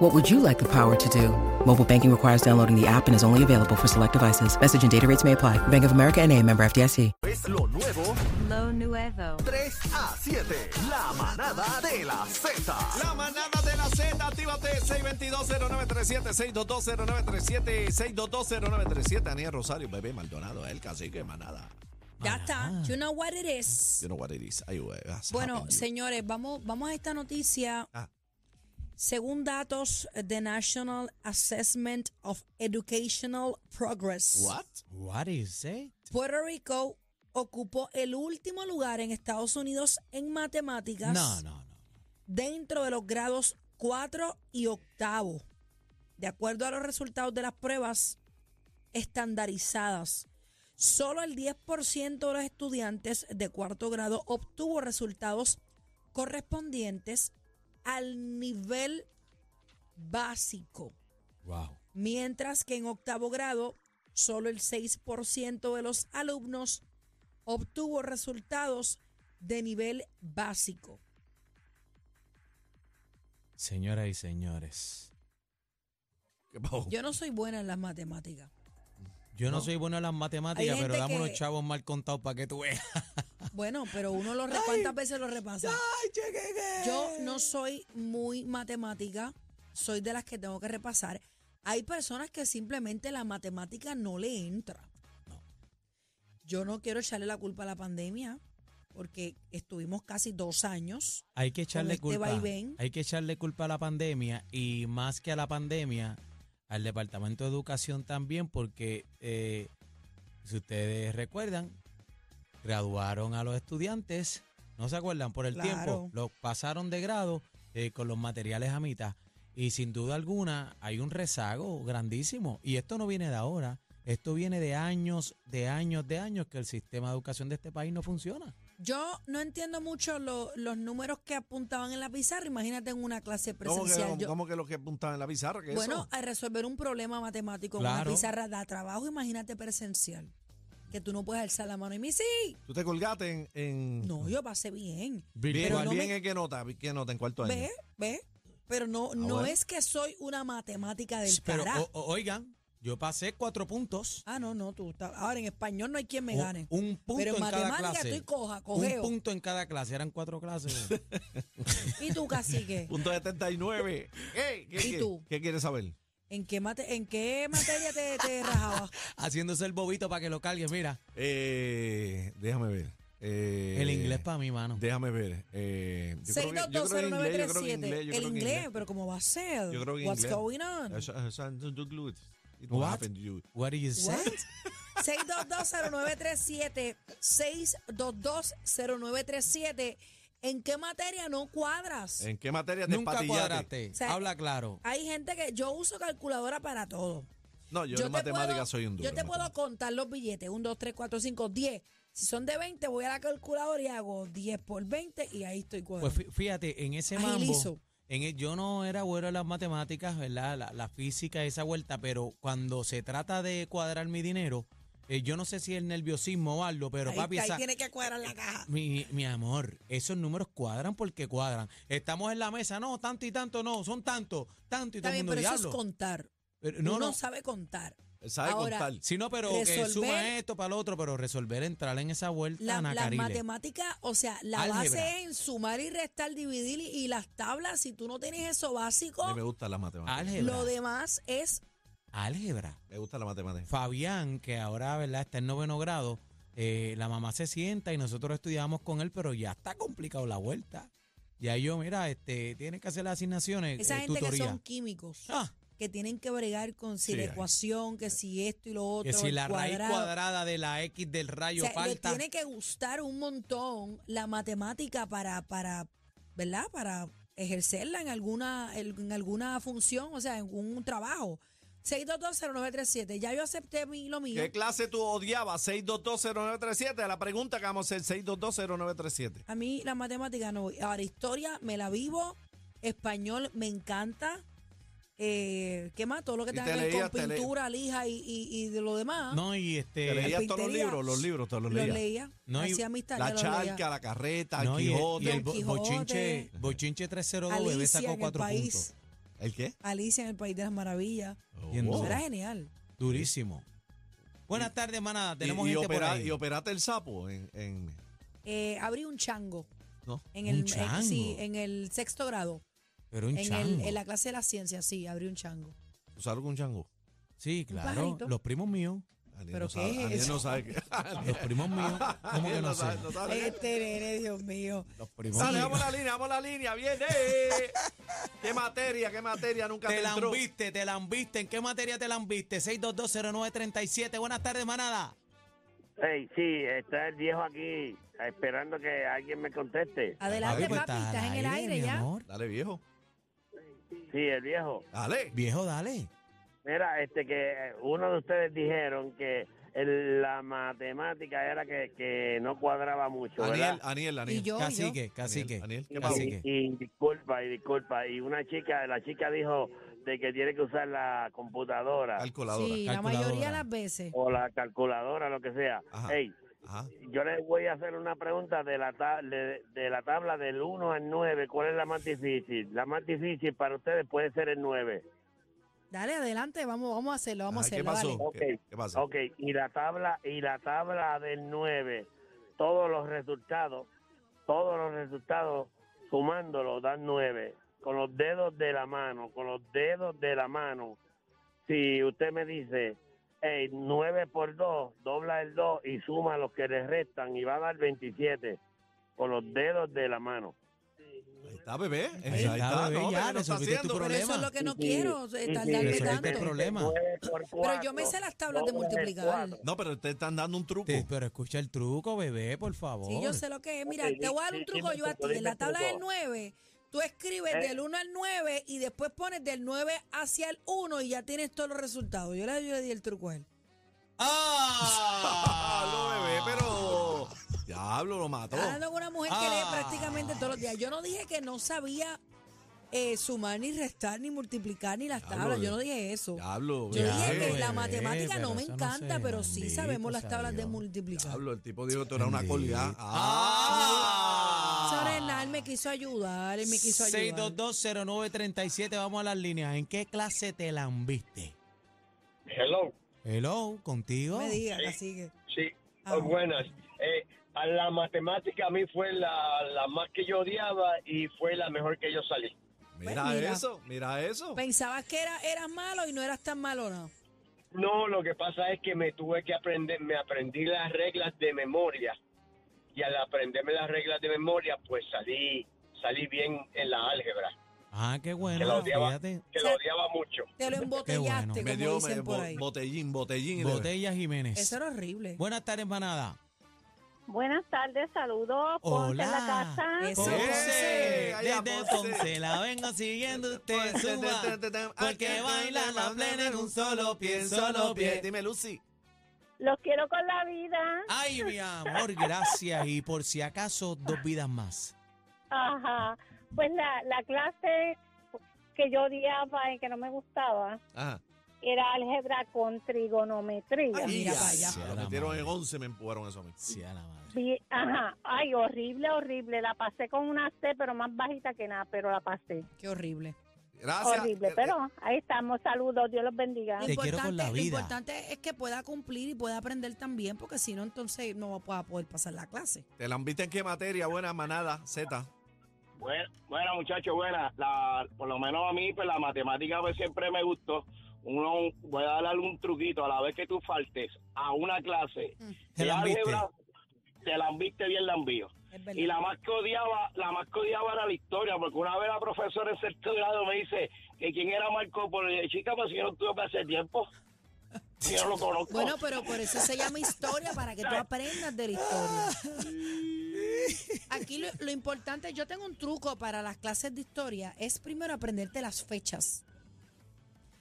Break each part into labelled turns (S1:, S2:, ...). S1: What would you like the power to do? Mobile banking requires downloading the app and is only available for select devices. Message and data rates may apply. Bank of America and a member FDIC.
S2: Es lo nuevo
S3: Lo nuevo.
S2: 3 a 7. La manada de la Z.
S4: La manada de la Z, actívate 622-0937, 622-0937, 622-0937. Daniel Rosario, bebé Maldonado, el cacique, manada.
S5: Ya
S4: Ah.
S5: está. You know what it is.
S4: You know what it is. Ay, güey, that's
S5: Bueno,
S4: happened to you.
S5: señores, vamos, vamos a esta noticia.
S4: Ah.
S5: Según datos de National Assessment of Educational Progress,
S4: What?
S6: What do you say?
S5: Puerto Rico ocupó el último lugar en Estados Unidos en matemáticas
S6: No, no, no.
S5: dentro de los grados 4 y octavo, de acuerdo a los resultados de las pruebas estandarizadas. Solo el 10% de los estudiantes de cuarto grado obtuvo resultados correspondientes al nivel básico,
S6: Wow.
S5: mientras que en octavo grado solo el 6% de los alumnos obtuvo resultados de nivel básico.
S6: Señoras y señores,
S4: ¿Qué pasó?
S5: Yo no soy buena en las matemáticas.
S6: yo no, soy bueno en las matemáticas,
S5: Hay
S6: pero
S5: gente
S6: dame unos
S5: que-
S6: chavos mal contados para que tú veas.
S5: Bueno, pero uno lo re- ¿cuántas veces lo repasa? Yo no soy muy matemática, soy de las que tengo que repasar. Hay personas que simplemente la matemática no le entra. Yo no quiero echarle la culpa a la pandemia, porque estuvimos casi dos años.
S6: Hay que echarle
S5: este
S6: culpa.
S5: vaivén.
S6: Hay que echarle culpa a la pandemia y más que a la pandemia, al Departamento de Educación también, porque eh, si ustedes recuerdan, graduaron a los estudiantes, no se acuerdan por el
S5: Claro.
S6: tiempo, los pasaron de grado eh, con los materiales a mitad. Y sin duda alguna hay un rezago grandísimo. Y esto no viene de ahora, esto viene de años, de años, de años que el sistema de educación de este país no funciona.
S5: Yo no entiendo mucho lo- los números que apuntaban en la pizarra, imagínate en una clase
S4: ¿Cómo que,
S5: presencial.
S4: cómo-
S5: Yo-
S4: cómo que lo que apuntaban en la pizarra? ¿Qué es
S5: Bueno,
S4: eso?
S5: a resolver un problema matemático en
S6: Claro.
S5: una pizarra da trabajo, imagínate presencial. Que tú no puedes alzar la mano y me sí.
S4: ¿Tú te colgaste en...? en-
S5: No, yo pasé bien.
S4: Bien,
S5: pero
S4: ¿cuál-
S5: no
S4: bien
S5: me-
S4: en qué nota? ¿Qué nota en cuarto año?
S5: Ve, ve. Pero no, no
S4: Ah, bueno. oh,
S5: es que soy una matemática del
S6: Pero
S5: carajo.
S6: o- o- oigan, yo pasé cuatro puntos.
S5: ah, no, no, tú. estás- Ahora en español no hay
S4: Oh,
S5: quien me
S6: O-
S5: gane.
S6: Un punto
S5: Pero en
S6: en cada
S5: matemática
S6: clase.
S5: estoy coja,
S6: un
S5: cojeo.
S6: punto en cada clase, eran cuatro clases.
S5: ¿Y tú, cacique?
S4: Punto 79. ¿Qué? ¿Qué,
S5: ¿Y
S4: qué?
S5: tú?
S4: ¿Qué quieres saber?
S5: ¿En qué, mate, en qué materia te, te rajabas?
S6: Haciéndose el bobito para que lo cargues, mira.
S4: Eh, déjame ver. Eh,
S6: El inglés para mi mano.
S4: Déjame ver. Eh, yo creo que- yo creo que en inglés, yo creo que en
S5: 6220937.
S4: inglés, yo
S5: El
S4: creo que en
S5: inglés, pero ¿cómo va a ser?
S4: Yo creo que en
S5: What's
S4: inglés.
S5: going on?
S4: Eso- eso- eso- do glue it. It
S6: What?
S4: happened to you.
S6: What do you say?
S5: What? 6220937, 6220937. ¿En qué materia no cuadras?
S4: ¿En qué materia te
S6: Nunca
S4: empatillaste?
S6: cuadraste.
S5: O sea, ah,
S6: Habla claro.
S5: Hay gente que yo uso calculadora para todo.
S4: No, yo, en matemática soy un duro.
S5: Yo te
S4: en
S5: puedo
S4: matemática.
S5: contar los billetes, 1, 2, 3, 4, 5, 10. Si son de 20, voy a la calculadora y hago 10 por 20 y ahí estoy cuadrando.
S6: Pues fí- fíjate, en ese
S5: Agilizo.
S6: mambo, en el- yo no era bueno en las matemáticas, ¿verdad? La, la física, esa vuelta, pero cuando se trata de cuadrar mi dinero, eh, yo no sé si el nerviosismo o algo, pero
S5: ahí,
S6: papi,
S5: ahí
S6: esa-
S5: tiene que cuadrar la caja.
S6: Mi, mi amor, esos números cuadran porque cuadran. Estamos en la mesa, no, tanto y tanto, no, son tanto, tanto y
S5: Está
S6: todo el
S5: bien,
S6: mundo
S5: pero eso es
S6: diablo.
S5: contar.
S6: Pero
S5: No,
S6: no,
S5: Uno
S6: no.
S5: sabe contar.
S4: Sabe
S5: Ahora,
S4: contar.
S6: Sí, no, pero que
S5: Resolver-
S6: suma esto para lo otro, pero resolver entrar en esa vuelta
S5: La,
S6: Ana
S5: la
S6: Carile.
S5: matemática, o sea, la
S6: Álgebra.
S5: base es en sumar y restar, dividir y, y las tablas. Si tú no tienes eso básico,
S4: A mí me gusta la matemática.
S6: Álgebra.
S5: lo demás es
S6: Álgebra.
S4: Me gusta la matemática.
S6: Fabián, que ahora ¿verdad? está en noveno grado, eh, la mamá se sienta y nosotros estudiamos con él, pero ya está complicado la vuelta. Ya yo, mira, este, tienen que hacer las asignaciones,
S5: esa
S6: eh,
S5: gente que
S6: tutoría.
S5: son químicos,
S6: Ah,
S5: que tienen que bregar con si
S4: Sí,
S5: la
S4: hay.
S5: ecuación, que si esto y lo otro.
S6: que si
S5: el
S6: la raíz
S5: cuadrado.
S6: cuadrada de la X del
S5: O
S6: rayo
S5: sea, le
S6: falta.
S5: tiene que gustar un montón la matemática para, para ¿verdad? Para ejercerla en alguna, en alguna función, o sea, en un trabajo. 6220937. Ya yo acepté mi, lo mío.
S4: ¿Qué clase tú odiabas? 6220937. La pregunta que vamos a hacer, 6220937.
S5: A mí la matemática no. Ahora, historia me la vivo. Español me encanta. Eh, ¿Qué más? Todo lo que
S4: Y
S5: tenga
S4: te
S5: que ver
S4: leías,
S5: con
S4: te le-
S5: pintura, lija y, y- y de lo demás.
S6: No, y
S4: ¿Te leías
S6: este.
S4: todos los
S5: carpintería,
S4: libros? Los libros, todos los
S5: los
S4: leías.
S5: leía.
S6: No, y
S5: Hacía mis tareas,
S4: La
S5: los leía.
S4: charca, la carreta, el
S6: no, y el-
S4: Quijote.
S6: y el
S5: Don
S6: bo-
S5: Quijote.
S6: Bochinche, Bochinche 302 bebé
S5: Alicia en
S6: sacó
S5: el
S6: 4
S5: país.
S6: puntos.
S4: ¿El qué?
S5: Alicia en el País de las Maravillas.
S6: Y en
S4: Oh.
S6: dos.
S5: Era genial.
S6: Durísimo. Buenas tardes, manada.
S4: Y,
S6: Tenemos
S4: y
S6: gente por
S4: opera-
S6: ahí.
S4: y operaste el sapo en, en-
S5: Eh, abrí un chango.
S4: ¿no?
S5: En
S6: ¿Un
S5: el, en-
S6: chango?
S5: sí, en el sexto grado.
S6: Pero un
S5: en, el,
S6: chango.
S5: en la clase de la ciencia, sí, abrí un chango.
S4: ¿Usaron un chango?
S6: Sí, claro.
S5: pajarito.
S6: Los primos míos.
S4: Daniel
S5: ¿Pero
S4: no
S5: qué
S4: sabe,
S5: es
S4: Daniel
S5: eso?
S4: no sabe qué.
S6: Los primos míos. ¿Cómo que
S4: Daniel
S6: no
S4: sabe,
S6: sé?
S4: Ah, eh, no sabe.
S5: Este nene, Dios mío.
S6: Los primos
S4: Dale,
S6: míos.
S4: vamos a la línea, vamos a la línea, viene. ¿Qué materia, qué materia nunca te,
S6: Te la
S4: entró?
S6: ambiste, te la ambiste. ¿En qué materia te la ambiste? 6220937. Buenas tardes, manada.
S3: Hey, sí, está el viejo aquí esperando que alguien me conteste.
S5: Adelante,
S6: Papi, pues,
S5: papi, estás en el
S6: al
S5: aire
S6: mi
S5: ya.
S6: amor.
S4: Dale, viejo.
S3: Sí, el viejo.
S4: Dale.
S6: Viejo, dale.
S3: Mira, este que eh, uno de ustedes dijeron que el- la matemática era que, que no cuadraba mucho,
S4: Daniel,
S3: ¿verdad?
S4: Daniel, Daniel.
S5: Y yo,
S6: Cacique, cacique.
S4: Daniel, Daniel, ¿qué
S3: Y-
S4: pasó?
S6: Cacique.
S3: Y, disculpa, y disculpa. Y una chica, la chica dijo de que tiene que usar la computadora
S4: Calculadora.
S5: sí, la
S6: calculadora.
S5: mayoría de las veces.
S3: o la calculadora, lo que sea.
S4: Ajá.
S3: Hey,
S4: Ajá.
S3: yo les voy a hacer una pregunta de la, ta- de, de la tabla del 1 al 9. ¿Cuál es la más difícil? La más difícil para ustedes puede ser el 9.
S5: Dale, adelante, vamos, vamos a hacerlo, vamos a
S4: Ajá, ¿Qué
S5: hacerlo.
S4: pasó?
S5: dale.
S3: dale.
S4: ¿Qué, qué pasa?
S3: Ok, y la tabla y la tabla del 9, todos los resultados, todos los resultados sumándolos dan 9 con los dedos de la mano, con los dedos de la mano. Si usted me dice, hey, 9 por 2, dobla el 2 y suma los que le restan y va a dar 27 con los dedos de la mano.
S4: Ahí está, bebé. Ahí,
S6: está,
S4: está,
S6: bebé,
S4: no, bebé, no
S6: ya,
S4: está
S6: resolviste tu
S4: haciendo.
S5: Pero eso es lo que no
S3: Sí,
S5: quiero, eh,
S3: sí,
S5: tardarme
S3: sí.
S6: Resolviste el
S5: tanto.
S6: problema.
S3: Nueve por
S5: Pero yo me
S3: cuatro,
S5: sé las tablas de
S3: dobla el
S5: multiplicar.
S3: cuatro.
S4: No, pero te están dando un truco.
S6: Te- pero escucha el truco, bebé, por favor.
S5: Sí, yo sé lo que es. Mira,
S3: Ok,
S5: te voy a dar
S3: di-
S5: un
S3: di-
S5: truco
S3: dime
S5: yo a
S3: el truco,
S5: ti. En
S3: dime
S5: la
S3: el
S5: tabla
S3: truco.
S5: del 9, tú escribes
S3: Eh.
S5: del 1 al 9 y después pones del 9 hacia el 1 y ya tienes todos los resultados. Yo le, yo le di el truco a él.
S4: Ah, lo bebé, pero. Diablo, lo mató.
S5: Está hablando con una mujer que lee
S6: Oh. Ah.
S5: prácticamente todos los días. Yo no dije que no sabía eh, sumar, ni restar, ni multiplicar, ni las
S4: Diablo,
S5: tablas. Yo
S4: bebé.
S5: no dije eso.
S4: Diablo,
S5: Yo
S4: bebé.
S5: dije que
S6: Diablo,
S5: la
S6: bebé,
S5: matemática no
S6: pero
S5: me
S6: eso no
S5: encanta,
S6: se-
S5: pero sí
S6: bendito
S5: sabemos las
S6: sea
S5: tablas de
S6: Dios.
S5: multiplicar.
S4: Diablo, el tipo dijo que tú eras una Ah, colgada.
S5: Ahora
S4: ¡Ah!
S5: Hernán me quiso ayudar, él me quiso ayudar.
S6: 6220937, vamos a las líneas. ¿En qué clase te la ambiste?
S7: Hello,
S6: Hello,
S5: No
S6: contigo.
S5: me diga, así que.
S7: sí,
S5: Ah.
S7: oh, buenas. Eh, a la matemática a mí fue la, la más que yo odiaba y fue la mejor que yo salí.
S4: Mira,
S5: Pues mira.
S4: eso, mira eso.
S5: Pensabas que era, eras malo y no eras tan malo, ¿no?
S7: No, lo que pasa es que me tuve que aprender, me aprendí las reglas de memoria y al aprenderme las reglas de memoria, pues salí, salí bien en la álgebra,
S6: Ah, qué
S7: Que la
S6: bueno,
S7: odiaba.
S6: fíjate.
S7: que lo odiaba mucho.
S5: Te lo
S6: bueno.
S5: embotellaste,
S4: Me
S5: como
S4: dio
S5: dicen
S4: me-
S5: por
S4: bo-
S5: ahí.
S4: botellín, botellín. y le-
S6: Botella Jiménez.
S5: Eso era horrible.
S6: Buenas tardes, manada.
S8: Buenas tardes, saludos. Ponce Oh, en la
S6: Hola.
S8: casa.
S5: Eso,
S6: Ponce.
S4: Ponce. Allá,
S6: Desde
S4: Ponce.
S6: Ponce la vengo siguiendo usted suba. Porque baila la plena en un solo pie, en solo pie.
S4: Dime, Lucy.
S8: Los quiero con la vida.
S6: Ay, mi amor, gracias. Y por si acaso, dos vidas más.
S8: Ajá. Pues la, la clase que yo odiaba y que no me gustaba
S4: Ajá.
S8: era álgebra con trigonometría.
S5: Ay, mira
S4: Ya,
S5: para allá.
S4: se
S6: Sí,
S4: Lo
S6: la
S4: metieron
S6: madre.
S4: en 11, me empujaron eso a mí.
S6: Sí, a la madre.
S8: Sí, ajá. Ay, horrible, horrible. La pasé con una C, pero más bajita que nada, pero la pasé.
S5: Qué horrible.
S4: Gracias.
S8: horrible.
S4: Eh, eh,
S8: Pero ahí estamos. Saludos. Dios los bendiga.
S5: Lo
S6: Te quiero con la
S5: importante-
S6: vida.
S5: Lo importante es que pueda cumplir y pueda aprender también, porque si no, entonces no va a poder pasar la clase.
S4: eh, ¿Te la invita en qué materia? Buena manada, Z.
S9: Bueno, bueno muchachos, buena. La, por lo menos a mí, pues la matemática pues, siempre me gustó. Uno, voy a darle un truquito a la vez que tú faltes a una clase.
S6: Te la
S9: de
S6: ambiste.
S9: álgebra, Te la viste bien lambío.
S5: Es verdad.
S9: Y la más que odiaba, la más que odiaba era la historia, porque una vez la profesora en sexto grado me dice que quién era Marco Polo. Y yo, chica, pues si yo no estuve hace tiempo, si yo no lo conozco.
S5: Bueno, pues, pero por eso se llama historia, para que tú aprendas de la historia. Aquí lo, lo importante, yo tengo un truco para las clases de historia, es primero aprenderte las fechas.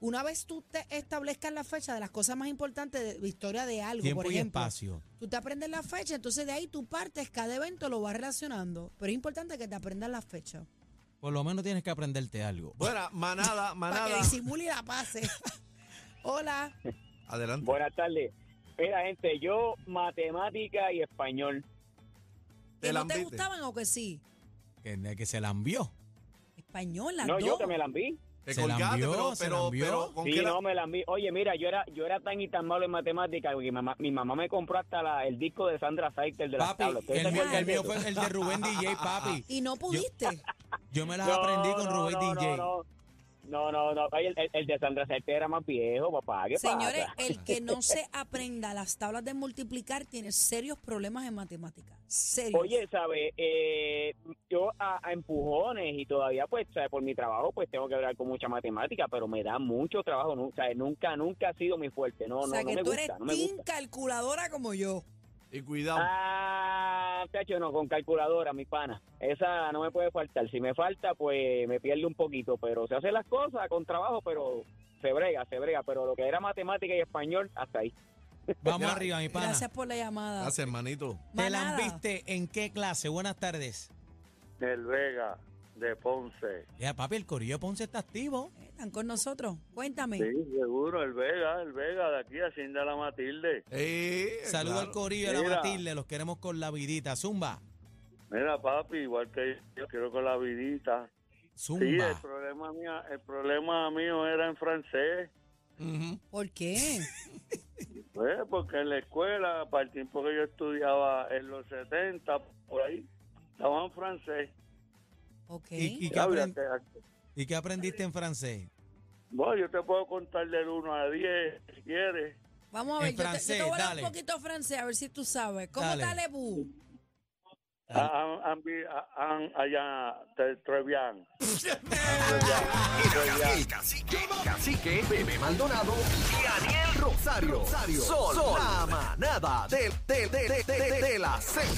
S5: Una vez tú te establezcas la fecha de las cosas más importantes de la historia de algo,
S6: Tiempo
S5: por
S6: y
S5: ejemplo,
S6: espacio.
S5: tú te aprendes la fecha, entonces de ahí tú partes, cada evento lo vas relacionando. Pero es importante que te aprendas la fecha.
S6: Por lo menos tienes que aprenderte algo.
S4: Bueno, manada,
S6: Ah,
S5: Para que
S4: manada.
S5: disimule y la pase. Hola.
S4: Adelante.
S7: Buenas tardes. Mira, gente, yo matemática y español.
S5: ¿Que
S4: Te
S5: no te
S4: lambiste.
S5: gustaban o que sí?
S6: Que, que se la envió.
S5: Española,
S7: No,
S5: dos.
S7: yo que me la enví.
S4: Te
S6: Se la
S4: colgaste,
S6: envió,
S4: pero,
S6: se la
S4: pero,
S6: envió.
S4: pero, ¿con
S7: Sí,
S4: qué la-
S7: no, me la enví. Oye, mira, yo era yo era tan y tan malo en matemática que mi mamá, mi mamá me compró hasta la- el disco de Sandra Saiter de las
S6: Papi,
S7: tablas. ¿Ustedes
S6: el
S7: se
S6: mío,
S7: acuerdan
S6: el
S7: de
S6: mío
S7: eso?
S6: fue el de Rubén DJ, papi.
S5: Y no pudiste.
S6: Yo me las
S7: No,
S6: aprendí con
S7: no,
S6: Rubén
S7: no,
S6: DJ.
S7: No, no, no, no. Oye, el, el- el de Sandra Saiter era más viejo, papá. ¿Qué
S5: Señores,
S7: pasa?
S5: el que no se aprenda las tablas de multiplicar tiene serios problemas en matemática. Serios.
S7: Oye, ¿sabes? Eh, yo a, a empujones y todavía, pues, ¿sabe? por mi trabajo, pues tengo que hablar con mucha matemática, pero me da mucho trabajo. nu- ¿sabe? Nunca, nunca ha sido mi fuerte. No,
S5: o sea
S7: no, no
S5: que
S7: me
S5: tú
S7: gusta,
S5: eres
S7: no me
S5: team
S7: gusta.
S5: calculadora como yo.
S4: Y cuidado.
S7: Ah, tacho, no, con calculadora, mi pana. Esa no me puede faltar. Si me falta, pues me pierde un poquito, pero se hace las cosas con trabajo, pero se brega, se brega. Pero lo que era matemática y español, hasta ahí.
S6: Vamos
S4: Gra-
S6: arriba, mi pana.
S5: Gracias por la llamada.
S4: Gracias, hermanito.
S6: ¿Te la
S5: Manada.
S6: viste en qué clase? Buenas tardes.
S3: El Vega de Ponce.
S6: Ya, Eh, papi, el Corillo de Ponce está activo.
S5: Eh, Están con nosotros. Cuéntame.
S3: Sí, seguro, el Vega, el Vega de aquí, Hacienda La Matilde.
S4: Eh,
S6: Saludo
S4: claro.
S6: al Corillo de la
S3: Mira.
S6: Matilde, los queremos con la vidita. Zumba,
S3: Mira, papi, igual que yo quiero con la vidita. Sí, el
S6: zumba.
S3: problema, mío, el problema mío era en francés.
S4: Ujú.
S5: ¿Por qué?
S3: Pues, porque en la escuela, para el tiempo que yo estudiaba, en los 70, por ahí, estaba en francés.
S5: Ok.
S6: ¿Y, y qué
S3: Ya,
S6: aprend-
S3: fíjate,
S6: y qué aprendiste en francés?
S3: Bueno, yo te puedo contar del 1 a 10, si quieres.
S5: Vamos a ver. yo te- yo,
S6: en
S5: te,
S6: francés,
S5: voy a hablar
S6: dale.
S5: un poquito francés, a ver si tú sabes. ¿Cómo
S6: Dale.
S5: está Lebu?
S6: Dale.
S3: Ah, ah, ambi- ah, ah, Allá, te- très bien.
S2: El cacique, cacique, bebé Maldonado y Daniel Rosario. Rosario. Sol, la manada de, de, de, de, de, de la Z.